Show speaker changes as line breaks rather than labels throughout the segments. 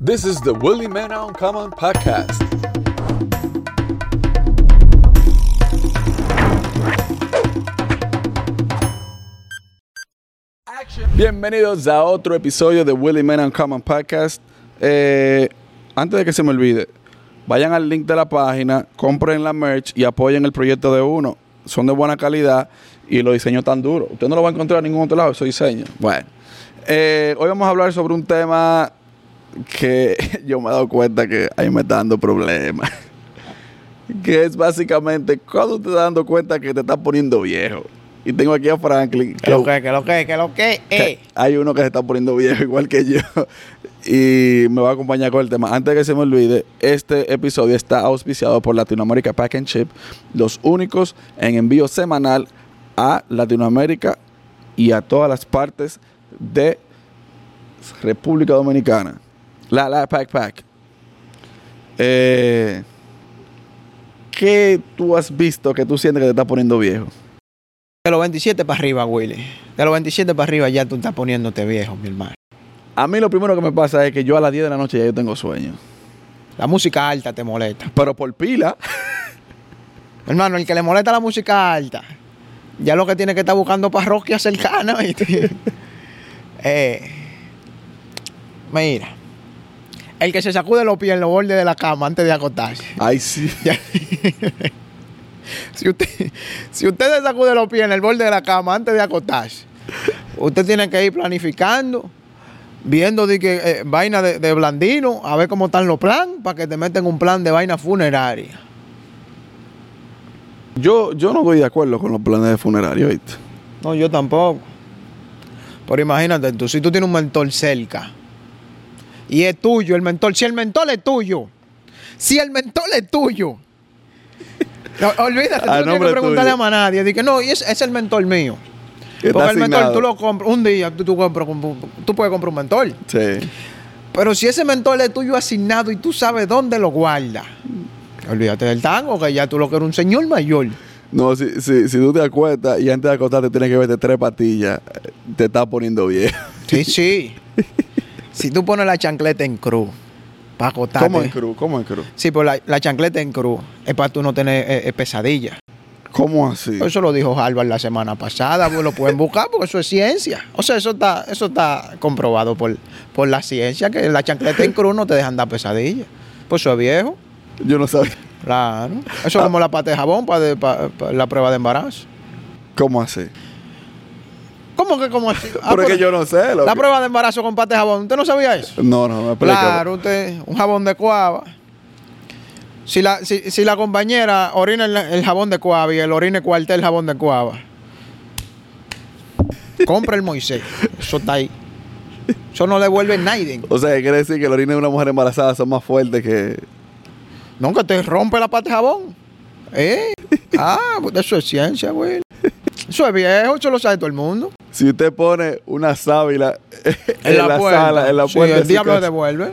This is the Willie Man Uncommon podcast. Bienvenidos a otro episodio de Willie Man Uncommon podcast. Eh, antes de que se me olvide, vayan al link de la página, compren la merch y apoyen el proyecto de uno. Son de buena calidad y los diseños tan duros. Usted no lo va a encontrar en ningún otro lado, esos diseños. Bueno, eh, hoy vamos a hablar sobre un tema que yo me he dado cuenta que ahí me está dando problemas. que es básicamente cuando te estás dando cuenta que te estás poniendo viejo. Y tengo aquí a Franklin.
Que lo que, que lo que, que lo que,
que
eh.
hay uno que se está poniendo viejo igual que yo. Y me va a acompañar con el tema. Antes de que se me olvide, este episodio está auspiciado por Latinoamérica Pack and Chip, los únicos en envío semanal a Latinoamérica y a todas las partes de República Dominicana. La, la Pack Pack. Eh, ¿Qué tú has visto que tú sientes que te está poniendo viejo?
De los 27 para arriba, Willy. De los 27 para arriba ya tú estás poniéndote viejo, mi hermano.
A mí lo primero que me pasa es que yo a las 10 de la noche ya yo tengo sueño.
La música alta te molesta.
Pero por pila.
Mi Hermano, el que le molesta la música alta, ya lo que tiene que estar buscando parroquias cercanas, ¿viste? eh, mira. El que se sacude los pies en los bordes de la cama antes de acostarse.
Ay, sí.
Ya. si, usted, si usted se sacude los pies en el borde de la cama antes de acostarse, usted tiene que ir planificando, viendo de que, eh, vaina de, de blandino, a ver cómo están los planes, para que te meten un plan de vaina funeraria.
Yo, yo no estoy de acuerdo con los planes de funerario, ¿viste?
No, yo tampoco. Pero imagínate tú, si tú tienes un mentor cerca y es tuyo, el mentor, si el mentor es tuyo, si el mentor es tuyo, no, olvídate, tú
A
no tienes
nombre
que preguntarle
tuyo.
a más nadie. Dije, no, y es, es el mentor mío.
Está
Porque el mentor
asignado.
tú lo compras, un día tú, tú compras un- tú puedes comprar un mentor.
Sí.
Pero si ese mentor es tuyo asignado y tú sabes dónde lo guarda, olvídate del tango, que ya tú lo que eres un señor mayor.
No, si, si, si tú te acuestas y antes de acostarte tienes que verte tres patillas, eh, te estás poniendo viejo.
Sí, sí. si tú pones la chancleta en cruz, para acotarte.
¿Cómo en cruz? ¿Cómo en cruz?
Sí, pues la, la chancleta en cruz es para tú no tener eh, eh, pesadilla.
¿Cómo así?
Pues Eso lo dijo Harvard la semana pasada, pues lo pueden buscar porque eso es ciencia. O sea, eso está, eso está comprobado por, por la ciencia, que la chancleta en cruz no te dejan dar pesadilla. Pues eso es viejo,
Yo no sabía.
claro. Eso es como la pata de jabón para la prueba de embarazo.
¿Cómo así?
¿Cómo que cómo así? Ah,
Pero es
pero
que yo no sé. Lo
La
que-
prueba de embarazo con pata de jabón, ¿usted no sabía eso?
No, no, me explica.
Claro, usted, un jabón de cuava. Si la, si, si la compañera orina el, el jabón de cuava y el orine cuartel el jabón de cuava, compra el Moisés. Eso está ahí. Eso no le vuelve nadie.
O sea, quiere decir que la orina de una mujer embarazada son más fuertes que.
Nunca te rompe la pata de jabón. ¿Eh? Ah, pues eso es ciencia, güey. Eso es viejo, eso lo sabe todo el mundo.
Si usted pone una sábila en, la, sala, en la
Sí,
puerta. de
el
su
diablo
casa,
devuelve.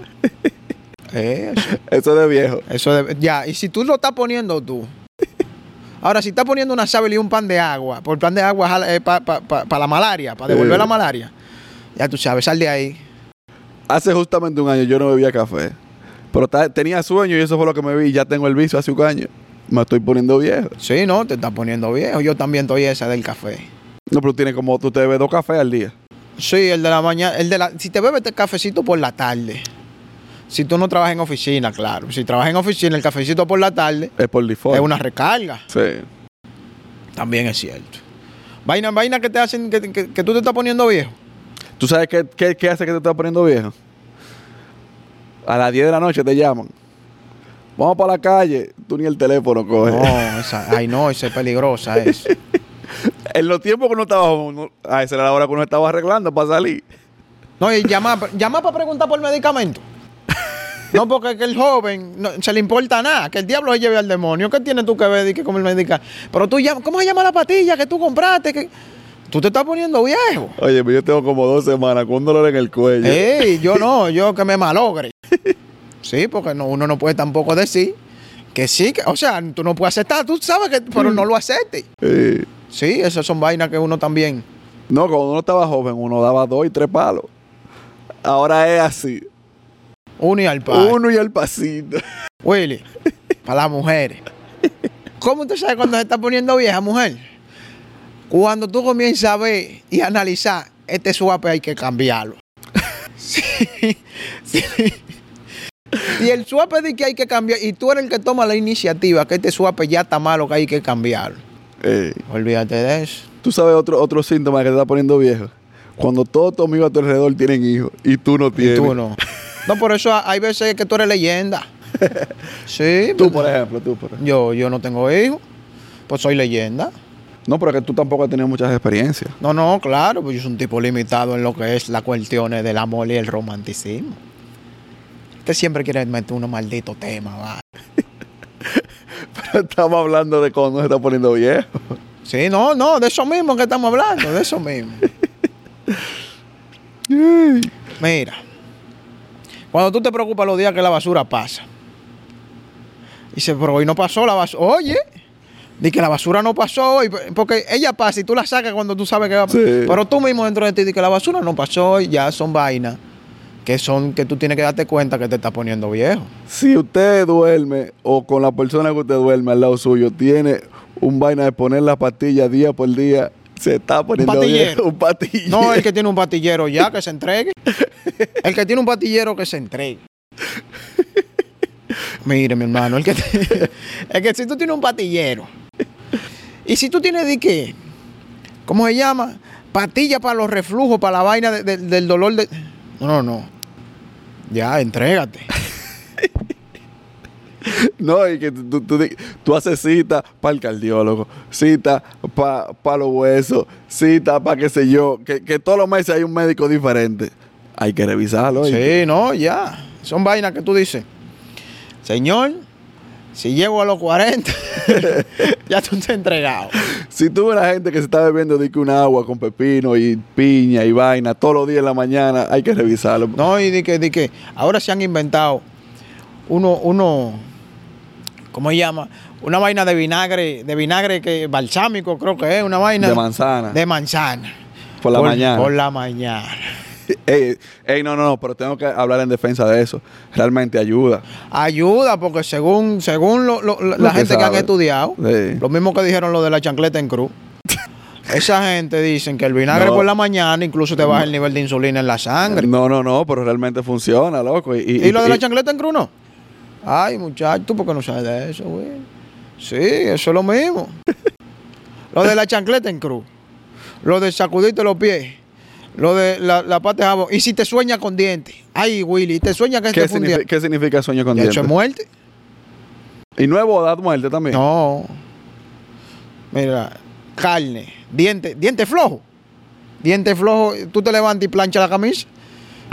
Eh, eso
Eso de viejo.
Eso debe- ya, y si tú lo estás poniendo tú. Ahora, si estás poniendo una sábila y un pan de agua, por pan de agua eh, es para la malaria, para devolver
Eh.
la malaria, ya tú sabes, sal de ahí.
Hace justamente un año yo no bebía café. Pero ta- tenía sueño y eso fue lo que me vi. Ya tengo el vicio hace un año. Me estoy poniendo viejo.
Sí, no, te estás poniendo viejo. Yo también estoy esa del café.
No, pero tiene como tú te bebes dos cafés al día.
Sí, el de la mañana, el de la, si te bebes este cafecito por la tarde. Si tú no trabajas en oficina, claro. Si trabajas en oficina, el cafecito por la tarde
Es por default.
es una recarga.
Sí.
También es cierto. Vaina, vaina que te hacen, que- que- que tú te estás poniendo viejo.
¿Tú sabes qué, qué- qué hace que te estás poniendo viejo? A las 10 de la noche te llaman. Vamos para la calle. Tú ni el teléfono coges.
Pues. No, esa, ay no, esa es peligrosa es.
En los tiempos que uno estaba... uno- ah, esa era la hora que uno estaba arreglando para salir.
No, y llamar para preguntar por medicamento. No, porque que el joven no, se le importa nada, que el diablo se lleve al demonio. ¿Qué tienes tú que ver y que comer medicamento? Pero tú llamas, ¿cómo se llama la patilla que tú compraste? Que... Tú te estás poniendo viejo.
Oye, pero yo tengo como dos semanas con un dolor en el cuello.
Ey, yo no, yo que me malogre. Sí, porque no, uno no puede tampoco decir que sí, que, o sea, tú no puedes aceptar, tú sabes que, pero no lo aceptes.
Eh,
Sí, esas son vainas que uno también.
No, cuando uno estaba joven, uno daba dos y tres palos. Ahora es así.
Uno y al par.
Uno y al pasito.
Willy, para las mujeres. ¿Cómo usted sabe cuando se está poniendo vieja, mujer? Cuando tú comienzas a ver y a analizar, este suape hay que cambiarlo. Sí, sí. Y el suape dice que hay que cambiar, y tú eres el que toma la iniciativa, que este suape ya está malo, que hay que cambiarlo.
Ey,
Olvídate de eso.
Tú sabes otro, otro síntoma que te está poniendo viejo. Cuando todos tus amigos a tu alrededor tienen hijos y tú no
Y
tienes.
tú no. No, por eso hay veces que tú eres leyenda. Sí.
Tú,
pero-
por ejemplo, tú, por ejemplo.
Yo, yo no tengo hijos. Pues soy leyenda.
No, pero que tú tampoco has tenido muchas experiencias.
No, no, claro, pues yo soy un tipo limitado en lo que es las cuestiones del amor y el romanticismo. Usted siempre quiere meter unos malditos temas, va.
Pero estamos hablando de cuando se está poniendo viejo.
Sí, no, no, de eso mismo que estamos hablando, de eso mismo. Mira, cuando tú te preocupas los días que la basura pasa, dice, pero hoy no pasó la basura. Oye, di que la basura no pasó hoy, porque ella pasa y tú la sacas cuando tú sabes que va a pasar.
Sí.
Pero tú mismo dentro de ti, di que la basura no pasó hoy, ya son vainas que son que tú tienes que darte cuenta que te estás poniendo viejo.
Si usted duerme o con la persona que usted duerme al lado suyo tiene un vaina de poner las pastillas día por día, se está poniendo
patillero.
viejo. Un patillero.
No, el que tiene un patillero ya, que se entregue. El que tiene un patillero, que se entregue. Mire, mi hermano, el que, te- el que si tú tienes un patillero y si tú tienes de qué, ¿cómo se llama? Patilla para los reflujos, para la vaina de- de- del dolor de... No, no. Ya, entrégate.
No, y que tú, tú di- tú haces cita para el cardiólogo, cita para los huesos, cita para qué sé yo, que, que todos los meses hay un médico diferente. Hay que revisarlo. ¿oíste?
Sí, no, ya. Son vainas que tú dices. Señor, si llego a los 40, ya tú te has entregado.
Si tú ves la gente que se está bebiendo di que un agua con pepino y piña y vaina todos los días en la mañana, hay que revisarlo.
No, y di que, di que ahora se han inventado uno, uno, ¿cómo se llama? Una vaina de vinagre, de vinagre que balsámico creo que es, una vaina
de manzana.
de manzana.
Por la mañana.
Por la mañana.
Ey, ey, no, no, no, pero tengo que hablar en defensa de eso. Realmente ayuda.
Ayuda, porque según, según lo- lo- la,
Lo
la
que
gente que han
sabe.
estudiado,
Sí.
lo mismo que dijeron lo de la chancleta en cruz. Esa gente dicen que el vinagre
No.
por la mañana incluso te baja el nivel de insulina en la sangre.
No, no, no, pero realmente funciona, loco. Y, y-
¿Y lo de
y-
la chancleta en cruz no? Ay, muchacho, ¿tú por qué no sabes de eso, güey? Sí, eso es lo mismo. lo de la chancleta en cruz. Lo de sacudirte los pies. Lo de la, la parte de jabón. Y si te sueñas con dientes. Ay, Willy, te sueñas que
¿Qué,
te fue un
significa,
diente.
¿Qué significa sueño con
¿Ya eso
dientes?
es muerte?
Y no es boda, muerte también.
No. Mira, carne, diente, diente flojo. Diente flojo, tú te levantas y planchas la camisa.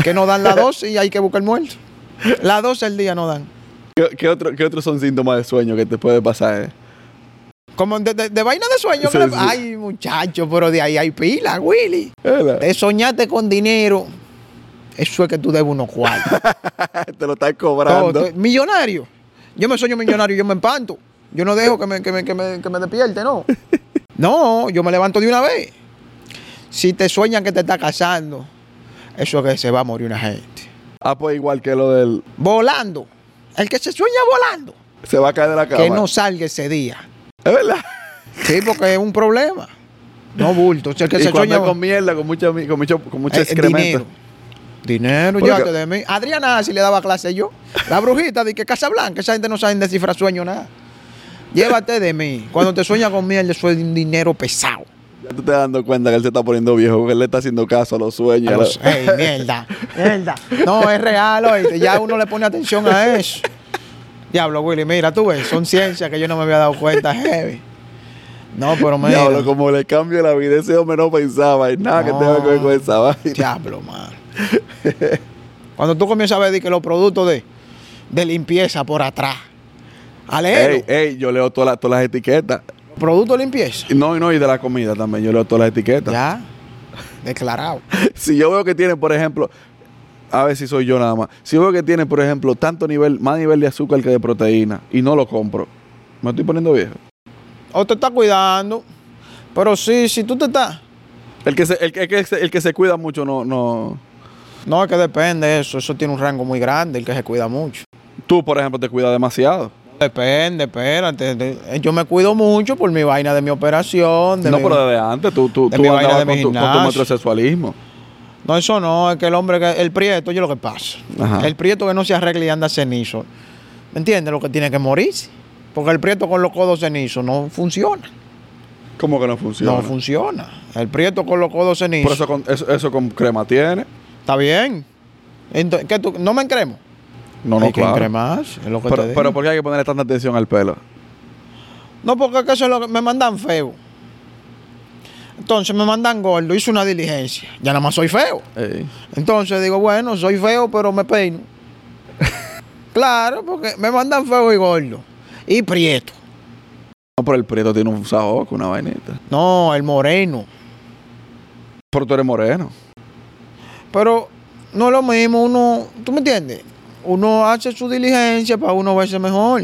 Que no dan la dos y hay que buscar muerto. La dos al día no dan.
¿Qué, qué otro- qué otros son síntomas de sueño que te puede pasar? eh?
Como de, de- de vaina de sueño.
Sí,
que le-
sí.
Ay, muchacho, pero de ahí hay pila, Willy.
Eh, ¿Verdad?
Te soñaste con dinero. Eso es que tú debes unos cuartos. Eh.
Te lo estás
Todo,
cobrando.
todo- millonario. Yo me sueño millonario, yo me empanto. Yo no dejo que me, que me- que me- que me despierte, no. No, yo me levanto de una vez. Si te sueñan que te está casando, eso es que se va a morir una gente.
Ah, pues igual que lo del.
Volando. El que se sueña volando,
Se va a caer de la cama.
que no salga ese día.
Es verdad.
Sí, porque es un problema. No bulto. Si el que
y
se
cuando
sueña
es con mierda, con, mucha, mi- con mucho, con mucho
Eh,
excremento.
Dinero,
Porque-
llévate de mí. Adriana si le daba clase yo. La brujita de que Casa Blanca, esa gente no sabe descifrar sueño nada. Llévate de mí. Cuando te sueñas con mierda, eso es un dinero pesado.
Ya tú te estás dando cuenta que él se está poniendo viejo, que él le está haciendo caso a los sueños. a los-
Ey, mierda, mierda. No, es real, oíste. Ya uno le pone atención a eso. Diablo, Willy, mira, tú ves, son ciencias que yo no me había dado cuenta, heavy. No, pero mira.
Diablo, como le cambio la vida, ese hombre no pensaba en nada que
No.
tenga que ver con esa vaina.
Diablo, man. Cuando tú comienzas a ver di que los productos de, de limpieza por atrás. A leer.
Ey, ey, yo leo todas las- todas las etiquetas.
Productos de limpieza.
Y No, y no, y de la comida también. Yo leo todas las etiquetas.
Ya. Declarado.
Si yo veo que tiene, por ejemplo, a ver si soy yo nada más. Si yo veo que tiene, por ejemplo, tanto nivel, más nivel de azúcar que de proteína y no lo compro, me estoy poniendo viejo.
O te estás cuidando. Pero sí, si tú te estás.
El que se, el, que- el que se- el que se cuida mucho no, no,
No, es que depende eso. Eso tiene un rango muy grande, el que se cuida mucho.
Tú, por ejemplo, te cuidas demasiado.
Depende, espérate. de- Yo me cuido mucho por mi vaina de mi operación. de
no,
mi-
pero desde antes tú, tú,
de
tú
mi vaina
andabas
de
con
mi
tu, con tu
gimnasio.
metrosexualismo.
No, eso no. Es que el hombre, que el prieto, yo lo que pasa.
Ajá.
El prieto que no se arregla y anda cenizo. ¿Me entiendes? Lo que tiene que morirse. Porque el prieto con los codos cenizos no funciona.
¿Cómo que no funciona?
No funciona. El prieto con los codos cenizos.
Por eso con, eso, eso con crema tiene.
Está bien. Entonces, ¿qué tú? No me encremo.
No, no,
hay que
claro.
encremar. Es lo que pues, te
Pero,
digo.
pero ¿por qué hay que ponerle tanta atención al pelo?
No, porque es que eso es lo que me mandan feo. Entonces me mandan gordo, hice una diligencia. Ya nada más soy feo.
Ey.
Entonces digo, bueno, soy feo, pero me peino. claro, porque me mandan feo y gordo. Y prieto.
No, pero el prieto tiene un sajoco, una vainita.
No, el moreno.
Pero tú eres moreno.
Pero no es lo mismo, uno, ¿tú me entiendes? Uno hace su diligencia para uno verse mejor.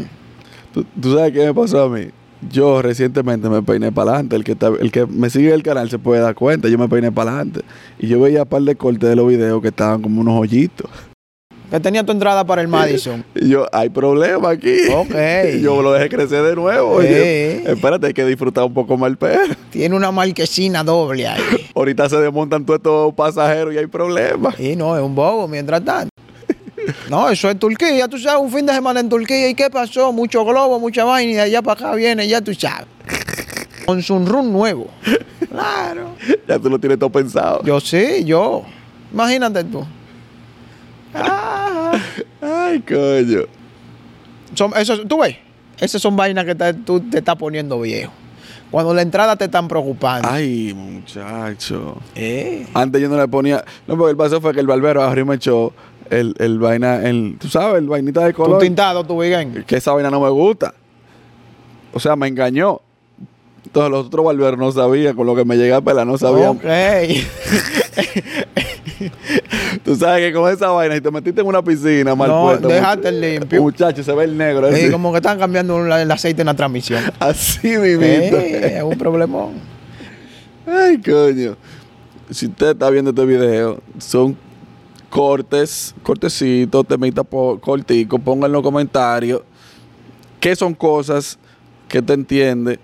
¿Tú, tú sabes qué me pasó a mí? Yo recientemente me peiné para adelante. El que, está- el que me sigue el canal se puede dar cuenta. Yo me peiné para adelante. Y yo veía un par de cortes de los videos que estaban como unos hoyitos.
Que tenía tu entrada para el Madison.
Y yo, hay problema aquí.
Ok.
Y yo lo dejé crecer de nuevo. Y yo,
Eh.
espérate, hay que disfrutar un poco más el pelo.
Tiene una marquesina doble ahí.
Ahorita se desmontan todos estos pasajeros y hay problemas.
Y no, es un bobo mientras tanto. No, eso es Turquía, tú sabes, un fin de semana en Turquía. ¿Y qué pasó? Mucho globo, mucha vaina, y de allá para acá viene, ya tú sabes. Con su run nuevo. Claro.
Ya tú lo tienes todo pensado.
Yo sí, yo. Imagínate tú. Ah,
Ay, coño.
son- eso- tú ves, esas son vainas que te- tú te estás poniendo viejo. Cuando la entrada te están preocupando.
Ay, muchacho.
Eh.
Antes yo no le ponía. No, porque el paso fue que el barbero arriba me echó el, el vaina, el, tú sabes, el vainita de
Tú
color.
tintado, tú, vegan.
Que esa vaina no me gusta. O sea, me engañó. Entonces los otros barberos no sabían, con lo que me llegaba pela no sabían.
Ok.
Tú sabes que con esa vaina, si te metiste en una piscina, mal
No,
puesto,
déjate
much-
limpio.
Muchacho, se ve el negro.
Sí,
Así,
como que están cambiando la- el aceite en la transmisión.
así
Eh,
mismito.
es un problemón.
Ay, coño. Si usted está viendo este video, son cortes, cortecitos, temitas po- corticos. Pongan en los comentarios qué son cosas que usted entiende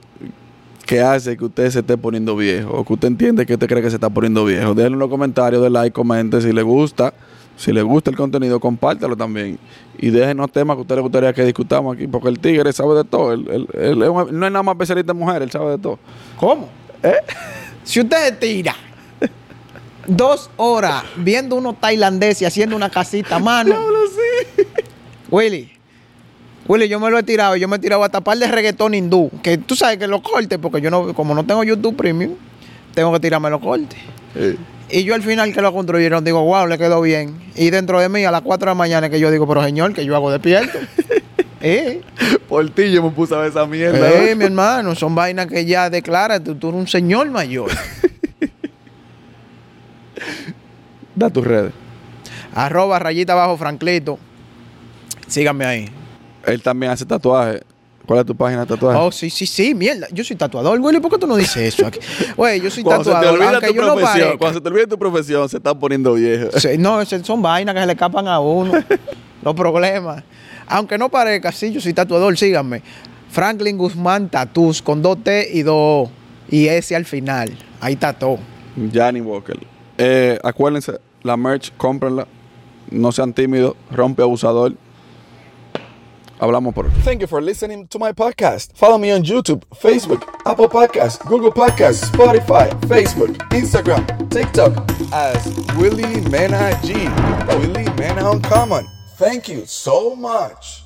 que hace que usted se esté poniendo viejo o que usted entiende que usted cree que se está poniendo viejo. Déjenlo en los comentarios, de like, comente si le gusta. Si le gusta el contenido, compártalo también. Y déjenos temas que a usted le gustaría que discutamos aquí, porque el tigre sabe de todo. Él- él- él es un- no es nada más especialista en mujer, él sabe de todo.
¿Cómo? ¿Eh? Si usted se tira dos horas viendo unos tailandeses y haciendo una casita a mano. Willy, Willy, yo me lo he tirado. Yo me he tirado a tapar de reggaetón hindú. Que tú sabes que lo corte, porque yo no, como no tengo YouTube Premium, tengo que tirarme los cortes.
Eh.
Y yo al final que lo construyeron, digo, wow, le quedó bien. Y dentro de mí, a las 4 de la mañana, que yo digo, pero señor, que yo hago despierto. eh,
Por ti yo me puse a ver esa mierda.
eh, mi hermano, son vainas que ya declara, tú, tú eres un señor mayor.
Da tus redes.
Arroba rayita abajo, Franclito. Síganme ahí.
Él también hace tatuajes. ¿Cuál es tu página de tatuajes?
Oh, sí, sí, sí, mierda. Yo soy tatuador, Willy, ¿por qué tú no dices eso? aquí? Güey, yo soy
cuando se te
tatuador,
olvida
aunque
tu
yo no
profesión,
parezca.
cuando se te olvida tu profesión, se están poniendo viejos.
Sí, no, esas son vainas que se le escapan a uno. los problemas. Aunque no parezca, sí, yo soy tatuador, síganme. Franklin Guzmán Tatús, con dos T y dos O. Y S al final. Ahí tató.
Johnny Walker. Eh, acuérdense, la merch, cómprenla. No sean tímidos. Rompe abusador. Hablamos por Thank you for listening to my podcast. Follow me on YouTube, Facebook, Apple Podcasts, Google Podcasts, Spotify, Facebook, Instagram, TikTok as Willie Mena G. Willie Mena Uncommon. Thank you so much.